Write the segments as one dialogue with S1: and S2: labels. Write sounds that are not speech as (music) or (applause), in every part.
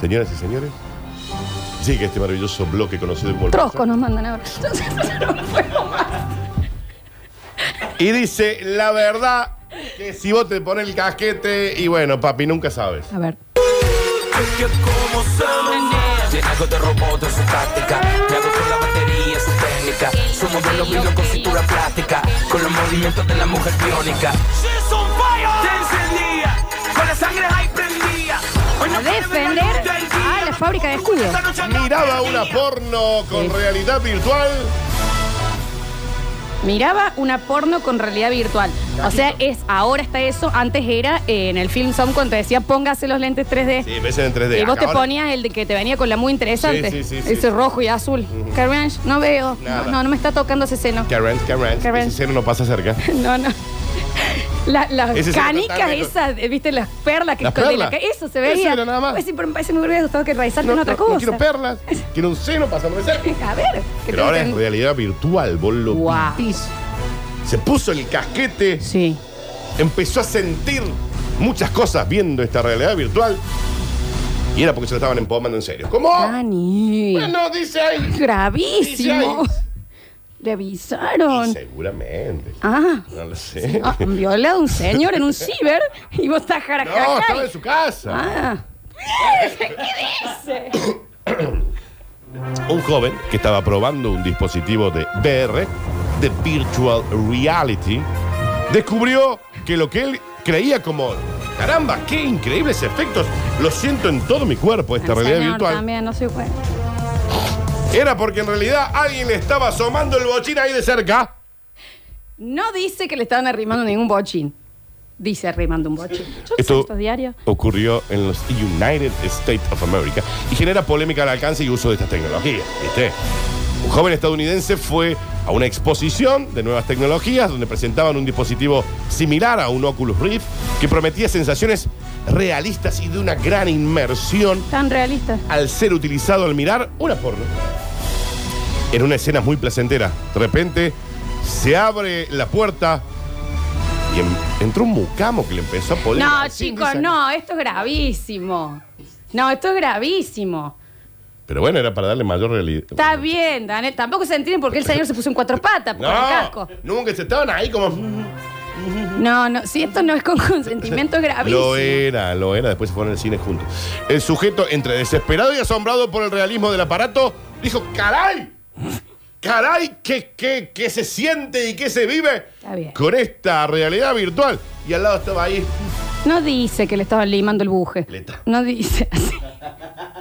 S1: Señoras y señores, sigue este maravilloso bloque conocido como el
S2: Trosco
S1: WhatsApp.
S2: nos mandan (laughs) ahora. Yo no puedo más.
S1: Y dice, la verdad, que si vos te pones el casquete, y bueno, papi, nunca sabes.
S2: A ver.
S3: Es que como son Le hago de robot de su táctica Me hago con la batería, su técnica Su modelo vino con cintura plástica Con los movimientos de la mujer biónica She's on fire Te encendía Con la sangre ahí prendía Hoy
S2: A
S3: no quiere ver
S2: defender
S3: la luz del día.
S2: a la fábrica de escudos.
S3: Esta noche no
S1: Miraba
S3: perdía.
S1: una porno con
S2: Sí.
S1: realidad virtual.
S2: Miraba una porno con realidad virtual. O sea, es ahora está eso. Antes era eh, en el film Som cuando te decía póngase los lentes 3D.
S1: Sí, veces en 3D.
S2: Y vos
S1: Acá
S2: te
S1: ahora-
S2: ponías el de que te venía con la muy interesante.
S1: Sí, sí, sí,
S2: Ese
S1: sí.
S2: rojo y azul. Carmen, no veo.
S1: Nada.
S2: No, no me está tocando ese seno.
S1: Karen, Karen,
S2: Karen.
S1: Ese cero no pasa cerca.
S2: (laughs) No, no. La- las
S1: Ese se
S2: canicas
S1: nota tan
S2: esas, eh, ¿viste? Las perlas que
S1: Las
S2: escondí
S1: perlas.
S2: la ca- Eso se
S1: Eso
S2: veía.
S1: era nada más.
S2: Pues sí, pero me parece que me hubiera gustado que realizar
S1: No,
S2: con otra
S1: no,
S2: cosa.
S1: no quiero perlas, quiero un seno pasando
S2: (laughs)
S1: cerca.
S2: A ver. que
S1: Pero ahora
S2: tengan-
S1: es realidad virtual, vos lo
S2: Guau.
S1: pintís. Se puso el casquete,
S2: Sí.
S1: empezó a sentir muchas cosas viendo esta realidad virtual. Y era porque se lo estaban empomando en serio. ¿Cómo?
S2: Dani.
S1: Bueno, dice ahí.
S2: Gravísimo.
S1: Sí,
S2: Revisaron.
S1: Y seguramente.
S2: Ah.
S1: No lo sé.
S2: Ah, han violado a un señor en un ciber y vos estás jarajaja.
S1: No,
S2: y-
S1: estaba en su casa.
S2: Ah. ¿Qué dice?
S1: (coughs) Un joven que estaba probando un dispositivo de VR, de Virtual Reality, descubrió que lo que él creía como, caramba, qué increíbles efectos, lo siento en todo mi cuerpo, esta
S2: El
S1: realidad
S2: señor
S1: virtual,
S2: También, no se puede.
S1: era porque en realidad alguien le estaba asomando el bochín ahí de cerca.
S2: No dice que le estaban arrimando ningún bochín. Dice arrimando un bochín. Yo no sé
S1: Esto
S2: estos diarios.
S1: ocurrió en los United States of America y genera polémica al alcance y uso de estas tecnologías. ¿viste? Un joven estadounidense fue a una exposición de nuevas tecnologías donde presentaban un dispositivo similar a un Oculus Rift que prometía sensaciones realistas y de una gran inmersión
S2: Tan realistas.
S1: al ser utilizado al mirar una porno. En una escena muy placentera, de repente se abre la puerta y en- entró un mucamo que le empezó a poder.
S2: No, chicos, no, esto es gravísimo. No, esto es gravísimo.
S1: Pero bueno, era para darle mayor realidad.
S2: Está bien, Daniel. Tampoco se entienden por qué el señor se puso en cuatro patas con el
S1: No,
S2: casco.
S1: nunca se estaban ahí como.
S2: No, no, si esto no es con consentimiento es
S1: (laughs)
S2: gravísimo.
S1: Lo era, lo era. Después se fueron al cine juntos. El sujeto, entre desesperado y asombrado por el realismo del aparato, dijo: ¡Caray! ¡Caray! ¿Qué, qué, qué se siente y qué se vive
S2: Está bien.
S1: con esta realidad virtual? Y al lado estaba ahí.
S2: No dice que le estaban limando el buje.
S1: Leta.
S2: No dice así.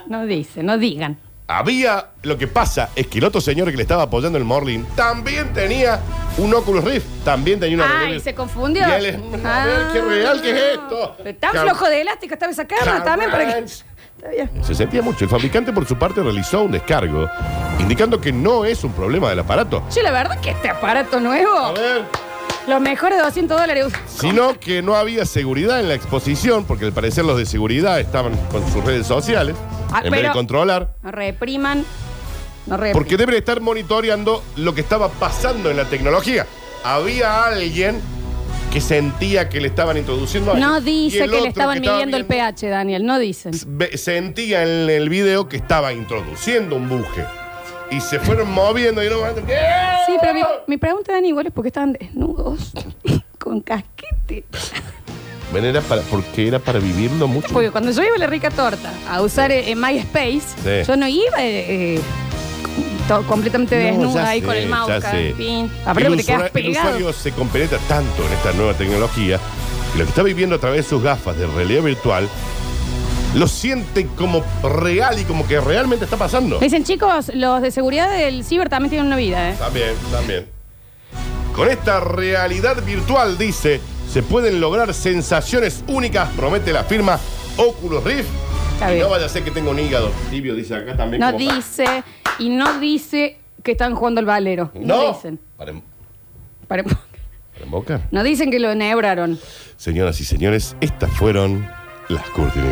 S2: No dice, no digan.
S1: Había. Lo que pasa es que el otro señor que le estaba apoyando el Morlin también tenía un Oculus Rift. También tenía una.
S2: Ay,
S1: realidad-
S2: se confundió. Ah,
S1: Y él es, a ver, qué real que es esto.
S2: Pero Tan
S1: Cam-
S2: flojo de elástico estaba esa cámara también para que.
S1: Carnage.
S2: Está bien.
S1: Se sentía mucho. El fabricante, por su parte, realizó un descargo, indicando que no es un problema del aparato,
S2: Che, la verdad que este aparato nuevo,
S1: A ver,
S2: los mejores 200 dólares.
S1: sino que no había seguridad en la exposición, porque al parecer los de seguridad estaban con sus redes sociales,
S2: Ah,
S1: en vez de
S2: pero-
S1: controlar,
S2: No repriman. No repriman.
S1: porque deben estar monitoreando lo que estaba pasando en la tecnología. Había alguien que sentía que le estaban introduciendo algo,
S2: No
S1: y
S2: dice
S1: el
S2: que le
S1: otro
S2: estaban
S1: estaba
S2: midiendo el
S1: viendo,
S2: pH, Daniel. No dicen.
S1: ve- Sentía en el video que estaba introduciendo un buje. Y se fueron moviendo y no
S2: Sí, pero mi, mi pregunta, Dani, igual es por qué estaban desnudos (laughs) con casquete.
S1: Bueno, era para, porque era para vivirlo mucho.
S2: Porque cuando yo iba a la rica torta a usar eh, eh, MySpace,
S1: Sí.
S2: yo no iba eh, eh, to- completamente
S1: No,
S2: desnuda
S1: ya
S2: ahí
S1: sé,
S2: con el
S1: ya
S2: mouse.
S1: sé.
S2: pin.
S1: El
S2: Aparte que te
S1: usuario-
S2: quedas pegado.
S1: El usuario se compenetra tanto en esta nueva tecnología que lo que está viviendo a través de sus gafas de realidad virtual lo siente como real y como que realmente está pasando.
S2: Me dicen, chicos, los de seguridad del ciber también tienen una vida, ¿eh?
S1: También, también. Con esta realidad virtual, dice, se pueden lograr sensaciones únicas, promete la firma Oculus Rift.
S2: Está
S1: Y
S2: bien.
S1: no vaya a ser que tenga un hígado tibio, dice acá también.
S2: No
S1: como para-
S2: dice, y no dice que están jugando al valero. No,
S1: No.
S2: dicen.
S1: Para, em-
S2: (laughs) Para-
S1: para embocar.
S2: no dicen que lo enhebraron.
S1: Señoras y señores, estas fueron las cortinas.